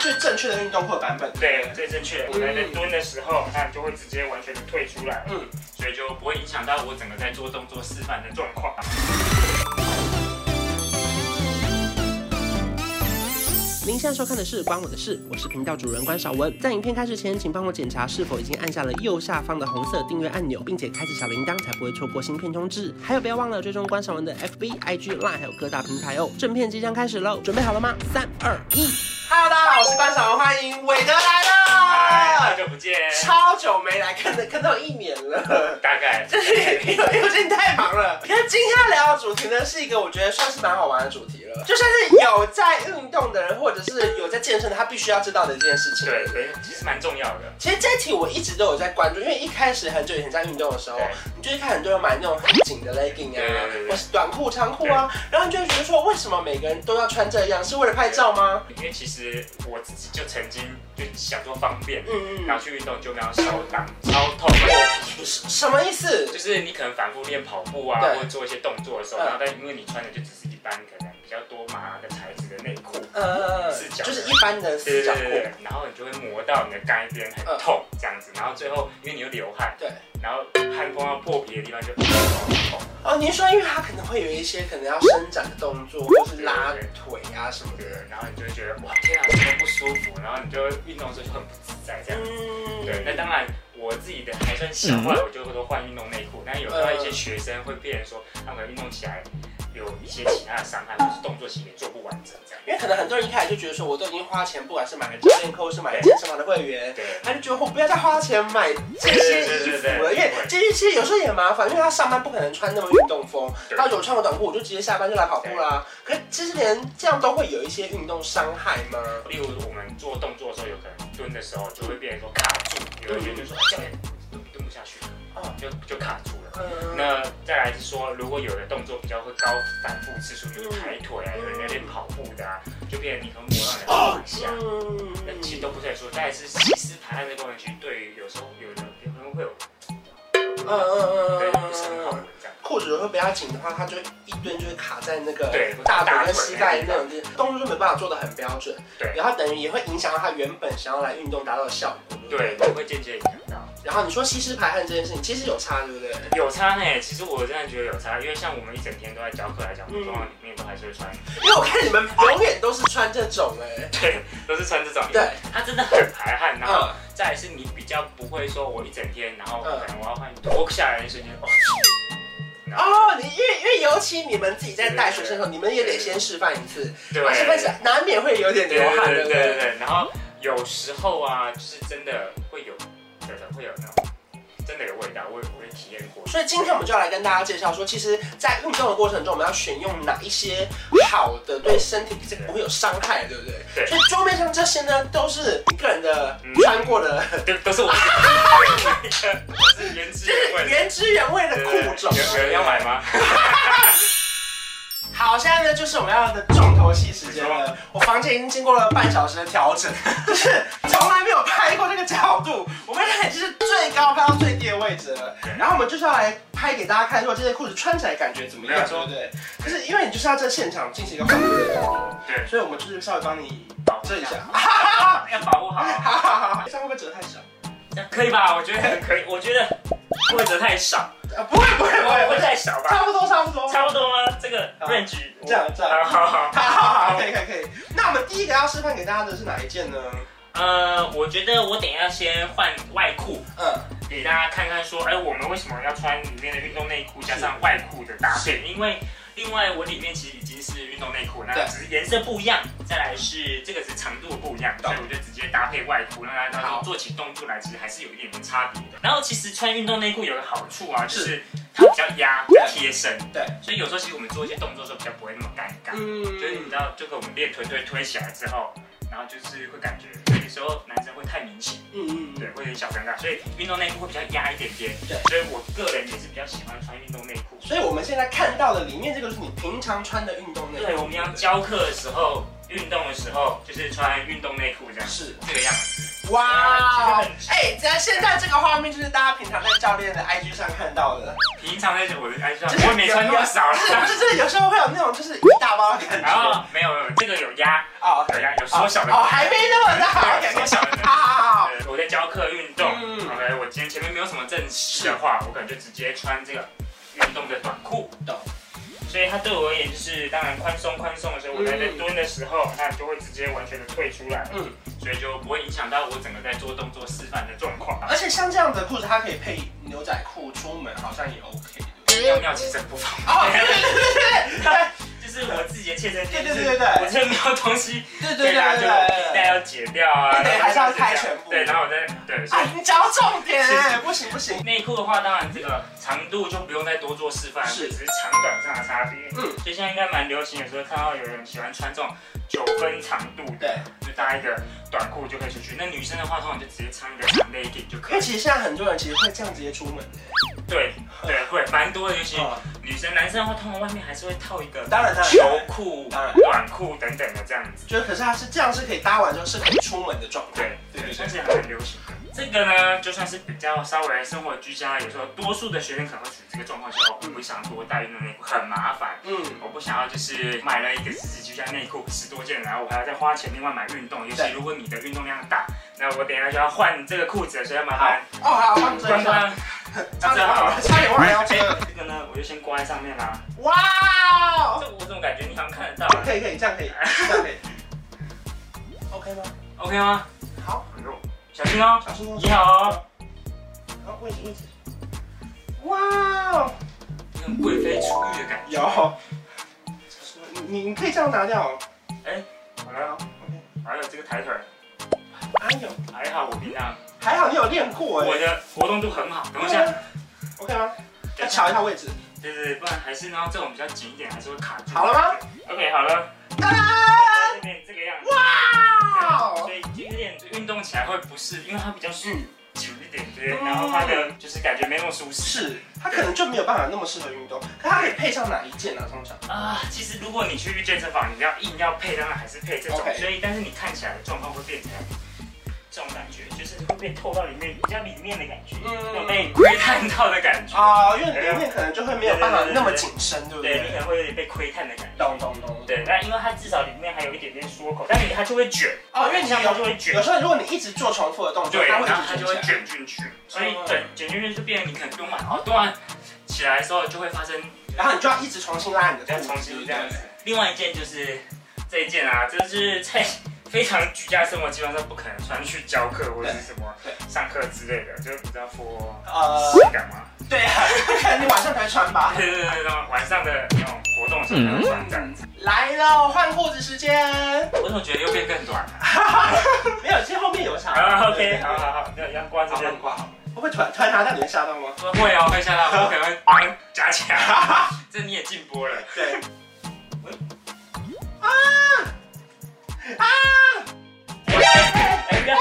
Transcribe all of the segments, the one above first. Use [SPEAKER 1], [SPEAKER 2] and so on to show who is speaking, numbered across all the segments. [SPEAKER 1] 最正确的运动会版本。
[SPEAKER 2] 对，最正确。我在在蹲的时候，它就会直接完全的退出来，
[SPEAKER 1] 嗯，
[SPEAKER 2] 所以就不会影响到我整个在做动作示范的状况。
[SPEAKER 1] 啊您现在收看的是《关我的事》，我是频道主人关少文。在影片开始前，请帮我检查是否已经按下了右下方的红色订阅按钮，并且开启小铃铛，才不会错过新片通知。还有，不要忘了追踪关少文的 FB、IG、Line，还有各大平台哦。正片即将开始喽，准备好了吗？三、二、一！Hello，大家好，我是关少文，欢迎韦德
[SPEAKER 2] 嗨，哎好
[SPEAKER 1] 来了。
[SPEAKER 2] 久不见，
[SPEAKER 1] 超久没来，可能可能有一年了。
[SPEAKER 2] 大概
[SPEAKER 1] 真的也没有，因为我最近太忙了。那今天要聊的主题呢，是一个我觉得算是蛮好玩的主题了，就算是有在运动的人，或者是有在健身的，他必须要知道的一件事情。
[SPEAKER 2] 对对，其实蛮重要的。
[SPEAKER 1] 其实这一题我一直都有在关注，因为一开始很久以前在运动的时候
[SPEAKER 2] 对，
[SPEAKER 1] 你就会看很多人买那种很紧的 legging
[SPEAKER 2] 对对对
[SPEAKER 1] 啊，
[SPEAKER 2] 对
[SPEAKER 1] 或是短裤、长裤啊，然后你就会觉得说，为什么每个人都要穿这样？是为了拍照吗？
[SPEAKER 2] 因为其实我自己就曾经就想说方便，
[SPEAKER 1] 嗯
[SPEAKER 2] 然
[SPEAKER 1] 嗯，
[SPEAKER 2] 后去运动就没有烧裆、超痛。
[SPEAKER 1] 什么意思？
[SPEAKER 2] 就是你可能反复练跑步啊，
[SPEAKER 1] 对
[SPEAKER 2] 或者做一些动作的时候，
[SPEAKER 1] 嗯
[SPEAKER 2] 然后但因为你穿的就只是一般可能比较多麻的材质的内裤，
[SPEAKER 1] 呃
[SPEAKER 2] 四，角
[SPEAKER 1] 就是一般的
[SPEAKER 2] 对
[SPEAKER 1] 四角
[SPEAKER 2] 对
[SPEAKER 1] 裤
[SPEAKER 2] 对，对，然后你就会磨到你的肝边很痛这样子，然后最后因为你又流汗，
[SPEAKER 1] 对。
[SPEAKER 2] 然后汗光要破皮的地方就很痛。
[SPEAKER 1] 哦，您说，因为他可能会有一些可能要伸展的动作，或是拉腿啊什么
[SPEAKER 2] 对
[SPEAKER 1] 的。，
[SPEAKER 2] 然后你就会觉得哇天啊，怎么不舒服？然后你就运动的时候就很不自在这样。
[SPEAKER 1] 嗯，
[SPEAKER 2] 对，那当然我自己的还算小，后来我就都换运动内裤。但有时候一些学生会变成说，他们运动起来有一些其他的伤害，或是动作其实也做不完整这样。
[SPEAKER 1] 因为可能很多人一开始就觉得说，我都已经花钱，不管是买了教练课，或是买了健身房的会员。
[SPEAKER 2] 对，
[SPEAKER 1] 他就觉得我不要再花钱买这些衣服了，因为这些其实有时候也麻烦，因为他上班不可能穿那么运动风，
[SPEAKER 2] 对
[SPEAKER 1] 他如果穿个短裤，我就直接下班就来跑步啦。可是其实连这样都会有一些运动伤害吗？
[SPEAKER 2] 例如我们做动作的时候，有可能蹲的时候就会变成说卡住，有人就说哎教练蹲蹲不下去，
[SPEAKER 1] 哦
[SPEAKER 2] 就就卡住了。
[SPEAKER 1] 嗯，
[SPEAKER 2] 那再来是说，如果有的动作比较会高反复次数，
[SPEAKER 1] 嗯
[SPEAKER 2] 就是抬腿啊，有人在练跑步的啊，就变成你很磨让人放下。那
[SPEAKER 1] 哦嗯
[SPEAKER 2] 其实都不太说，但是吸湿排汗的功能，其实对于有时候有的有可能会有，
[SPEAKER 1] 嗯嗯
[SPEAKER 2] 对，不是很好
[SPEAKER 1] 嗯。
[SPEAKER 2] 的这样。
[SPEAKER 1] 裤子如果比较紧的话，它就一蹲就会卡在那个
[SPEAKER 2] 对
[SPEAKER 1] 嗯大腿跟膝盖那种地方，动作就没办法做的很标准。
[SPEAKER 2] 对
[SPEAKER 1] 然后等于也会影响到他原本想要来运动达到的效果。不
[SPEAKER 2] 对，。就会间接影响到。
[SPEAKER 1] 然后你说吸湿排汗这件事情，其实有差，对不对？
[SPEAKER 2] 有差呢，其实我真的觉得有差，因为像我们一整天都在教课来讲，
[SPEAKER 1] 嗯
[SPEAKER 2] 我们通常里面都还是会穿，
[SPEAKER 1] 因为我看你们永远都是穿这种哎、
[SPEAKER 2] 对，都是穿这种。
[SPEAKER 1] 对，
[SPEAKER 2] 它真的很排汗，然后
[SPEAKER 1] 嗯，
[SPEAKER 2] 再来是你比较不会说我一整天，然后
[SPEAKER 1] 嗯
[SPEAKER 2] 可能我要换脱下来的瞬间，哦，然后
[SPEAKER 1] 哦，你因为因为尤其你们自己在带学生的时候，你们也得先示范一次，
[SPEAKER 2] 对，
[SPEAKER 1] 啊示范一次难免会有点
[SPEAKER 2] 对
[SPEAKER 1] 流
[SPEAKER 2] 对
[SPEAKER 1] 汗，
[SPEAKER 2] 对
[SPEAKER 1] 对不
[SPEAKER 2] 对对对，然后有时候啊，就是真的会有，对的会有那种真的有味道，我也我也体验过。
[SPEAKER 1] 所以今天我们就要来跟大家介绍说，其实，在运动的过程中，我们要选用哪一些好的，对身体这个不会有伤害，对不对？
[SPEAKER 2] 对
[SPEAKER 1] 所以桌面上这些呢，都是一个人的穿过的，
[SPEAKER 2] 对，都是我，我是原汁
[SPEAKER 1] 就
[SPEAKER 2] 原
[SPEAKER 1] 是
[SPEAKER 2] 味的。
[SPEAKER 1] 原汁原味的裤种。
[SPEAKER 2] 有有人要买吗？
[SPEAKER 1] 好，现在呢就是我们要的重头戏时间了。我房间已经经过了半小时的调整，就是从来没有拍过这个角度。我们现在已经是最高拍到最低的位置了。然后我们就是要来拍给大家看，说这些裤子穿起来感觉怎么样，
[SPEAKER 2] 没
[SPEAKER 1] 对
[SPEAKER 2] 有错
[SPEAKER 1] 不对？可是因为你就是要在现场进行一个换的动作，
[SPEAKER 2] 对
[SPEAKER 1] 所以我们就是稍微帮你
[SPEAKER 2] 保护
[SPEAKER 1] 这一下。
[SPEAKER 2] 要保护好，
[SPEAKER 1] 哈哈哈哈！这样会不会折太少？
[SPEAKER 2] 可以吧？我觉得可以，我觉得不会折太少，
[SPEAKER 1] 啊，不会不会
[SPEAKER 2] 不
[SPEAKER 1] 不
[SPEAKER 2] 会不会
[SPEAKER 1] 会，
[SPEAKER 2] 太少吧？
[SPEAKER 1] 差不多差不多。
[SPEAKER 2] 差不多吗？这个
[SPEAKER 1] 好
[SPEAKER 2] range
[SPEAKER 1] 这样这样
[SPEAKER 2] 好好好。
[SPEAKER 1] 好好好，可以可以可以。那我们第一个要示范给大家的是哪一件呢？
[SPEAKER 2] 呃，我觉得我等一下先换外裤，
[SPEAKER 1] 嗯，
[SPEAKER 2] 给大家看看说，哎、我们为什么要穿里面的运动内裤加上外裤的搭配？因为另外我里面其实已经是运动内裤，那
[SPEAKER 1] 对
[SPEAKER 2] 只是颜色不一样，再来是这个是长度不一样，
[SPEAKER 1] 懂
[SPEAKER 2] 所以我就直接搭配外裤，让大家到时
[SPEAKER 1] 好
[SPEAKER 2] 候做起动作来，其实还是有一点点差别
[SPEAKER 1] 嗯
[SPEAKER 2] 的。然后其实穿运动内裤有个好处啊，就是它比较压，比较贴身，
[SPEAKER 1] 对，
[SPEAKER 2] 所以有时候其实我们做一些动作的时候比较不会那么尴尬。
[SPEAKER 1] 嗯
[SPEAKER 2] 就是你知道，就跟我们练臀推推起来之后，然后就是会感觉有时候男生会太明显。
[SPEAKER 1] 嗯嗯嗯
[SPEAKER 2] 对，会有点小尴尬，所以运动内裤会比较压一点点。
[SPEAKER 1] 对
[SPEAKER 2] 所以我个人也是比较喜欢穿运动内裤。
[SPEAKER 1] 所以我们现在看到的里面这个是你平常穿的运动内裤。
[SPEAKER 2] 对，我们要教课的时候、运动的时候，就是穿运动内裤这样，
[SPEAKER 1] 是
[SPEAKER 2] 这个样子。
[SPEAKER 1] 哇
[SPEAKER 2] 哇，
[SPEAKER 1] 哎，咱现在这个画面就是大家平常在教练的 IG 上看到的，
[SPEAKER 2] 平常在我的哎 IG 上
[SPEAKER 1] 就，是
[SPEAKER 2] 我也没穿那么少
[SPEAKER 1] 不是不
[SPEAKER 2] 啦。
[SPEAKER 1] 是，就是有时候会有那种就是一大包的感
[SPEAKER 2] 然后
[SPEAKER 1] 觉，
[SPEAKER 2] 没有没有，这个有压，
[SPEAKER 1] 哦
[SPEAKER 2] 有压，有缩小的
[SPEAKER 1] 哦，还没那么大，
[SPEAKER 2] 对缩小的
[SPEAKER 1] 好好好，
[SPEAKER 2] 呃我在教课运动、
[SPEAKER 1] 嗯
[SPEAKER 2] o k 我今天前面没有什么正式的话，我可能就直接穿这个运动的短裤。
[SPEAKER 1] 懂。
[SPEAKER 2] 所以它对我而言就是，当然宽松宽松的时候，我在在蹲的时候，它就会直接完全的退出来，
[SPEAKER 1] 嗯，
[SPEAKER 2] 所以就不会影响到我整个在做动作示范的状况。
[SPEAKER 1] 而且像这样的裤子，它可以配牛仔裤出门，好像也 OK 对不对
[SPEAKER 2] 尿尿其实很不方
[SPEAKER 1] 哦，对
[SPEAKER 2] 便，
[SPEAKER 1] 对对对对
[SPEAKER 2] 就是我自己的切身经
[SPEAKER 1] 对
[SPEAKER 2] 验，
[SPEAKER 1] 哎对对
[SPEAKER 2] 就是
[SPEAKER 1] 对对。
[SPEAKER 2] 我这没有东西
[SPEAKER 1] 对对
[SPEAKER 2] 对
[SPEAKER 1] 对
[SPEAKER 2] 啦，
[SPEAKER 1] 对
[SPEAKER 2] 就
[SPEAKER 1] 对
[SPEAKER 2] 皮带
[SPEAKER 1] 对。
[SPEAKER 2] 要解掉啊，
[SPEAKER 1] 对
[SPEAKER 2] 然后
[SPEAKER 1] 还是要开全部
[SPEAKER 2] 对，然后我再对，所以
[SPEAKER 1] 啊，你讲到重点
[SPEAKER 2] 是是，
[SPEAKER 1] 不行不行。
[SPEAKER 2] 内裤的话，当然这个长度就不用再多做示范，
[SPEAKER 1] 是
[SPEAKER 2] 只是长短上的差别。
[SPEAKER 1] 嗯
[SPEAKER 2] 嗯，所以现在应该蛮流行的，说看到有人喜欢穿这种九分长度的，
[SPEAKER 1] 对，
[SPEAKER 2] 就搭一个短裤就可以出去。那女生的话，通常就直接穿一个长内裤就
[SPEAKER 1] 因
[SPEAKER 2] 可
[SPEAKER 1] 为
[SPEAKER 2] 以。
[SPEAKER 1] 其实现在很多人其实会这样直接出门的。
[SPEAKER 2] 对对，会蛮多的，尤其
[SPEAKER 1] 哦
[SPEAKER 2] 女生、男生的话，通常外面还是会套一个
[SPEAKER 1] 当然当然，
[SPEAKER 2] 球裤、
[SPEAKER 1] 当然
[SPEAKER 2] 短裤等等的这样子。
[SPEAKER 1] 就是可是它是这样是可以搭完之后是可以出门的状态。
[SPEAKER 2] 对
[SPEAKER 1] 对对
[SPEAKER 2] 对，
[SPEAKER 1] 对
[SPEAKER 2] 算是还蛮流行的。这个呢，就算是比较稍微生活居家，有时候多数的学生可能会处于这个状况，就是哦我不想多带运动内裤，很麻烦。
[SPEAKER 1] 嗯，
[SPEAKER 2] 我不想要就是买了一个自己居家内裤十多件，然后我还要再花钱另外买运动。尤
[SPEAKER 1] 对
[SPEAKER 2] 其如果你的运动量大，那我等一下就要换这个裤子了，所以要麻烦
[SPEAKER 1] 哦，好，换这
[SPEAKER 2] 关
[SPEAKER 1] 一下，
[SPEAKER 2] 关。
[SPEAKER 1] 差点忘了，差点忘了要这个。
[SPEAKER 2] 这个呢，我就先挂在上面啦。
[SPEAKER 1] 哇哦，
[SPEAKER 2] 这我怎么感觉你好像看得到啊
[SPEAKER 1] 可以可以，这样可以，这样可以。OK 吗？
[SPEAKER 2] ？OK 吗？
[SPEAKER 1] 好，
[SPEAKER 2] 很弱，小心哦，
[SPEAKER 1] 小心哦。
[SPEAKER 2] 你好哦。
[SPEAKER 1] 好，位置位置。哇哦，
[SPEAKER 2] 那种贵妃出浴的感
[SPEAKER 1] 有。你你可以这样拿掉哦。
[SPEAKER 2] 觉。好了，
[SPEAKER 1] OK。
[SPEAKER 2] 还有这个抬腿，
[SPEAKER 1] 哎呦，
[SPEAKER 2] 还好我平常
[SPEAKER 1] 还好你有练过
[SPEAKER 2] 我
[SPEAKER 1] 哎。
[SPEAKER 2] 的活动度很好。等一
[SPEAKER 1] 嗯
[SPEAKER 2] 下，
[SPEAKER 1] OK 吗？要瞧一下位置。
[SPEAKER 2] 对对对，不然还是呢这种比较紧一点，还是会卡住。
[SPEAKER 1] 好了吗
[SPEAKER 2] ？OK，好了，
[SPEAKER 1] 啊！
[SPEAKER 2] 这边这个样子。
[SPEAKER 1] 哇哦！
[SPEAKER 2] 所以有点运动起来会不适，因为它比较
[SPEAKER 1] 嗯，
[SPEAKER 2] 久一点，对，然后它的就是感觉没那么舒适
[SPEAKER 1] 是，他可能就没有办法那么适合运动，可他可以配上哪一件呢、通常
[SPEAKER 2] 啊。其实如果你去健身房，你要硬要配，当然还是配这种
[SPEAKER 1] OK，
[SPEAKER 2] 所以但是你看起来的状况会变成这种感觉，就是会被透到里面比较里面的感觉，
[SPEAKER 1] 嗯
[SPEAKER 2] 有被窥探到的感觉，
[SPEAKER 1] 啊、因为里面可能就会没有办法那么紧身，对不
[SPEAKER 2] 对你可
[SPEAKER 1] 对？
[SPEAKER 2] 能会有点被窥探的感觉。
[SPEAKER 1] 懂懂懂。
[SPEAKER 2] 对，那因为它至少里面还有一点点缩口，但是它就会卷，
[SPEAKER 1] 哦，因为你
[SPEAKER 2] 像它就
[SPEAKER 1] 有
[SPEAKER 2] 会卷
[SPEAKER 1] 有，时候如果你一直做重复的动作，
[SPEAKER 2] 对，
[SPEAKER 1] 它
[SPEAKER 2] 然
[SPEAKER 1] 会
[SPEAKER 2] 后它
[SPEAKER 1] 一直
[SPEAKER 2] 就
[SPEAKER 1] 卷嗯
[SPEAKER 2] 会
[SPEAKER 1] 起来。
[SPEAKER 2] 卷进去，所以卷卷进去就变成你可能蹲完，然后蹲完起来的时候就会发生，
[SPEAKER 1] 然后你就要一直重新拉你的
[SPEAKER 2] 再
[SPEAKER 1] 裤子，
[SPEAKER 2] 重新这样子。另外一件就是这一件啊，这是在非常居家生活，基本上不可能穿去教课或者是什么
[SPEAKER 1] 对
[SPEAKER 2] 上课之类的，就是比较佛
[SPEAKER 1] 呃，
[SPEAKER 2] 性感嘛。
[SPEAKER 1] 对啊，可能你晚上才穿 吧。
[SPEAKER 2] 对对对，然后晚上的那种活动的时候才会穿
[SPEAKER 1] 嗯
[SPEAKER 2] 这样子。
[SPEAKER 1] 来喽，换裤子时间。
[SPEAKER 2] 我怎么觉得又变更短了？
[SPEAKER 1] 没有，其实后面有长。
[SPEAKER 2] 啊
[SPEAKER 1] 对
[SPEAKER 2] ，OK，
[SPEAKER 1] 对对
[SPEAKER 2] 好好好，那要挂这
[SPEAKER 1] 好，
[SPEAKER 2] 边
[SPEAKER 1] 那。挂好。会不会突然突然拿到你的吓到吗？
[SPEAKER 2] 会哦，看一下啦，我可能会把它夹 起来。这你也禁播了。
[SPEAKER 1] 对。 啊
[SPEAKER 2] 哎，不要，太太高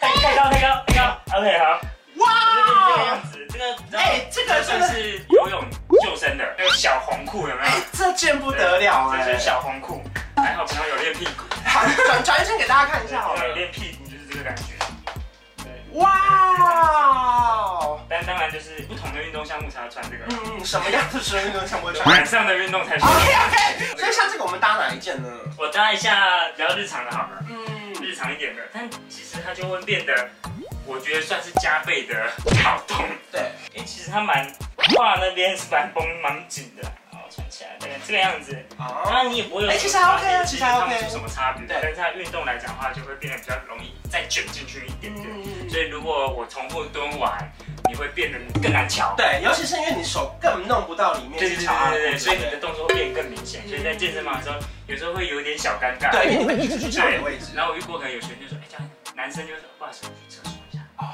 [SPEAKER 2] 太高太高，OK 好，就是这个
[SPEAKER 1] 哇！
[SPEAKER 2] 样子，这个比较
[SPEAKER 1] 哎、这个真
[SPEAKER 2] 算
[SPEAKER 1] 的
[SPEAKER 2] 是游泳救生的，那个小红裤有没
[SPEAKER 1] 哎、
[SPEAKER 2] 有？
[SPEAKER 1] 这件不得了哎、
[SPEAKER 2] 这是小红裤，还好平常有练屁股，
[SPEAKER 1] 好，转转一圈给大家看一下好哎
[SPEAKER 2] 平常有
[SPEAKER 1] 了。
[SPEAKER 2] 练屁股就是这个感觉。对，
[SPEAKER 1] 哇哦，
[SPEAKER 2] 但当然就是不同的运动项目才要穿这个，
[SPEAKER 1] 嗯，什么样的时候运动项目会穿
[SPEAKER 2] 晚上的运动才需要。
[SPEAKER 1] ？OK OK，所以像这个我们搭哪一件呢？
[SPEAKER 2] 我搭一下比较日常的好了，
[SPEAKER 1] 嗯，
[SPEAKER 2] 日常一点的，但其实它就会变得，我觉得算是加倍的好动。
[SPEAKER 1] 对，
[SPEAKER 2] 因为其实它蛮胯那边是蛮绷蛮紧的，然后穿起来大概这个样子。当
[SPEAKER 1] 啊，
[SPEAKER 2] 然你也不会有
[SPEAKER 1] 哎其实还 OK 啊其实还 OK
[SPEAKER 2] 看不出什么差别。
[SPEAKER 1] 对
[SPEAKER 2] 但是它运动来讲的话，就会变得比较容易再卷进去一点点。
[SPEAKER 1] 嗯，
[SPEAKER 2] 所以如果我重复蹲完，你会变得更难瞧。
[SPEAKER 1] 对，尤其是因为你手更弄不到里面
[SPEAKER 2] 对对
[SPEAKER 1] 去
[SPEAKER 2] 对
[SPEAKER 1] 查，
[SPEAKER 2] 对对对，所以你的动作会变得更明显。所以在健身房的时候，有时候会有点小尴尬。
[SPEAKER 1] 啊对，因为你会一直去查你的位置。
[SPEAKER 2] 然后我遇过可能有学生就说，哎，教练，男生就说，不好意思，我去厕所一下，
[SPEAKER 1] 哦，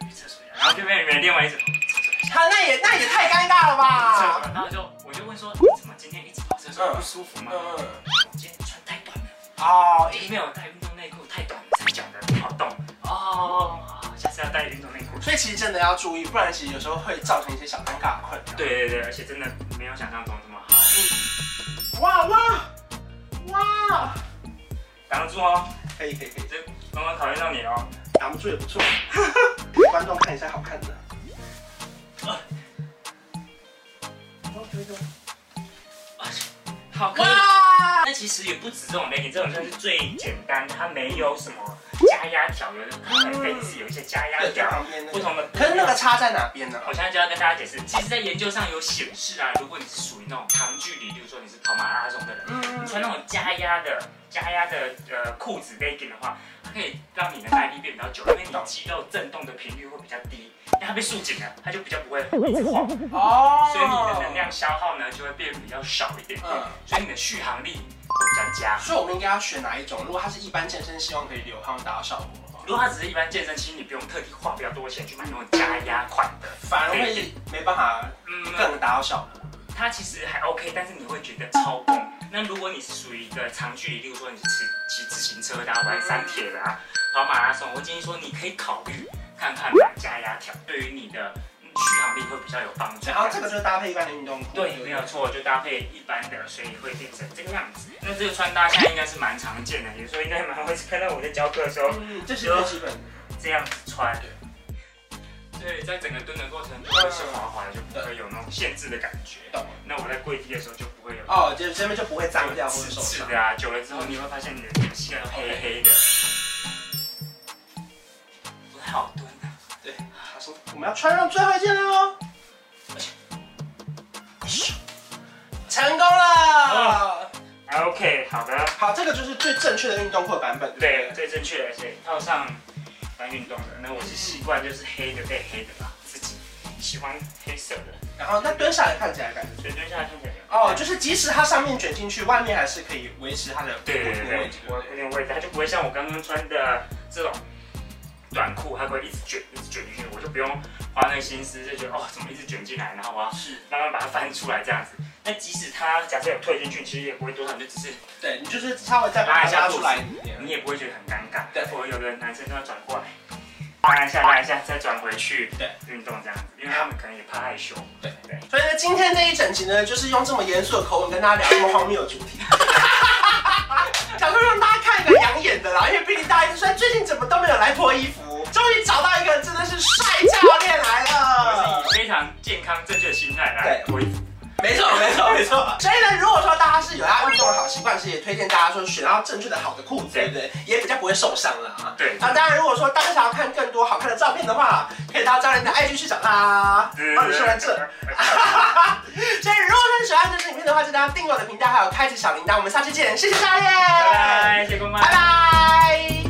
[SPEAKER 2] 我去厕所一下。然后对面有人练完一直，厕所一下。
[SPEAKER 1] 他那也那也太尴尬了吧？
[SPEAKER 2] 然后就我就问说，你怎么今天一直跑厕所不舒服吗？
[SPEAKER 1] 嗯，
[SPEAKER 2] 我今天穿太短了，
[SPEAKER 1] 哦，
[SPEAKER 2] 因为没有带运动内裤，太短了，踩脚的不好动。哦，好下次要带运动内裤。
[SPEAKER 1] 所以其实真的要注意，不然其实有时候会造成一些小尴尬的困扰。
[SPEAKER 2] 对对对，而且真的没有想象中这么好，
[SPEAKER 1] 哇哇哇！
[SPEAKER 2] 挡得住哦。
[SPEAKER 1] 可以可以可以，
[SPEAKER 2] 刚刚考验到你哦，
[SPEAKER 1] 挡不住也不 错，给观众看一下好看的。OK 的，
[SPEAKER 2] 好看。
[SPEAKER 3] 哇！
[SPEAKER 2] 那其实也不止这种类型，这种算是最简单，它没有什么加压条，有的它很类似有一些加压
[SPEAKER 1] 对，最
[SPEAKER 2] 条，
[SPEAKER 1] 旁边那
[SPEAKER 2] 不
[SPEAKER 1] 个。
[SPEAKER 2] 同的。
[SPEAKER 1] 可是那个差在哪边呢？
[SPEAKER 2] 我现在就要跟大家解释，其实，在研究上有显示啊，如果你是属于那种长距离，例如说你是跑马拉松的人，
[SPEAKER 1] 嗯
[SPEAKER 2] 你穿那种加压的加压的呃裤子 legging 的话，它可以让你的耐力变比较久，因为你肌肉震动的频率会比较低，因为它被束紧了，它就比较不会一直晃，
[SPEAKER 3] 哦
[SPEAKER 2] 所以你的能量消耗呢就会变比较少一点点，
[SPEAKER 1] 嗯，
[SPEAKER 2] 所以你的续航力会比较佳。
[SPEAKER 1] 所以我们应该要选哪一种？如果它是一般健身，希望可以流汗达到效果的话，
[SPEAKER 2] 如果它只是一般健身，其实你不用特地花比较多钱去买那种加压款的，
[SPEAKER 1] 反而会没办法
[SPEAKER 2] 嗯，
[SPEAKER 1] 更达到效果。
[SPEAKER 2] 它其实还 OK，但是你会觉得超重。那如果你是属于一个长距离，例如说你是骑骑自行车的、啊、玩山铁的啊、跑马拉松，我建议说你可以考虑看看买加压条，对于你的续航力会比较有帮助。
[SPEAKER 1] 然后这个就是搭配一般的运动裤，
[SPEAKER 2] 对，没有错，就搭配一般的，所以会变成这个样子。那这个穿搭现在应该是蛮常见的，有时候应该蛮会看到我在教课的时候
[SPEAKER 1] 嗯，这是最基本的。
[SPEAKER 2] 这样子穿。对，在整个蹲的过程就会是滑滑的，就不会有那种限制的感觉。
[SPEAKER 1] 懂了
[SPEAKER 2] 那我在跪地的时候就不会有
[SPEAKER 1] 哦，就是这边就不会脏掉或者
[SPEAKER 2] 刺
[SPEAKER 1] 受
[SPEAKER 2] 刺
[SPEAKER 1] 伤。
[SPEAKER 2] 的啊。久了之后，你会发现你的膝盖都黑黑的，不太好蹲啊。
[SPEAKER 1] 对，好，我们要穿上最后一件喽。哎成功了！
[SPEAKER 2] 啊 OK，好的，
[SPEAKER 1] 好，这个就是最正确的运动裤的版本。
[SPEAKER 2] 对，，最正确的是套上蛮运动的。那我是习惯就是黑的被黑的吧，自己喜欢黑色的，
[SPEAKER 1] 然后那蹲下来看起来感觉，
[SPEAKER 2] 所以蹲下来看起来有
[SPEAKER 1] 哦，就是即使它上面卷进去，外面还是可以维持它的
[SPEAKER 2] 对对
[SPEAKER 1] 骨
[SPEAKER 2] 对
[SPEAKER 1] 骼
[SPEAKER 2] 对
[SPEAKER 1] 位置，
[SPEAKER 2] 我有点位置，它就不会像我刚刚穿的这种短裤，它会一直卷，一直卷进去，我就不用花那个心思，就觉得哦，怎么一直卷进来，然后我要
[SPEAKER 1] 是，
[SPEAKER 2] 慢慢把它翻出来这样子。那即使它假设有退进去，其实也不会多少，你就只是
[SPEAKER 1] 对你就是稍微再把它拉出来一点。
[SPEAKER 2] 你也不会觉得很尴尬。
[SPEAKER 1] 对
[SPEAKER 2] 我有的男生都要转过来。拉一下，拉一下，再转回去，
[SPEAKER 1] 对，
[SPEAKER 2] 运动这样子，因为他们可能也怕害羞，
[SPEAKER 1] 对
[SPEAKER 2] 对。
[SPEAKER 1] 所以呢，今天这一整集呢，就是用这么严肃的口吻跟大家聊这么荒谬的主题， 想说让大家看一个养眼的啦，因为毕竟大家一直说哎最近怎么都没有来脱衣服，终于找到一个真的是帅教练来
[SPEAKER 2] 我
[SPEAKER 1] 了
[SPEAKER 2] 是。以非常健康正确的心态来
[SPEAKER 1] 对
[SPEAKER 2] 脱衣服。
[SPEAKER 1] 没错，没错，没错。 所以呢，如果说大家是有要运动的好习惯，其实也推荐大家说选到正确的好的裤子，对不对？也比较不会受伤了啊。
[SPEAKER 2] 对
[SPEAKER 1] 那当然，如果说大家想要看更多好看的照片的话，可以到教练的 IG 去找他啊。哦，你说在这。所以如果说你喜欢这支影片的话，记得要订阅我的频道，还有开启小铃铛。我们下期见，谢谢教练，
[SPEAKER 2] 拜拜，谢谢光妈
[SPEAKER 1] 拜。拜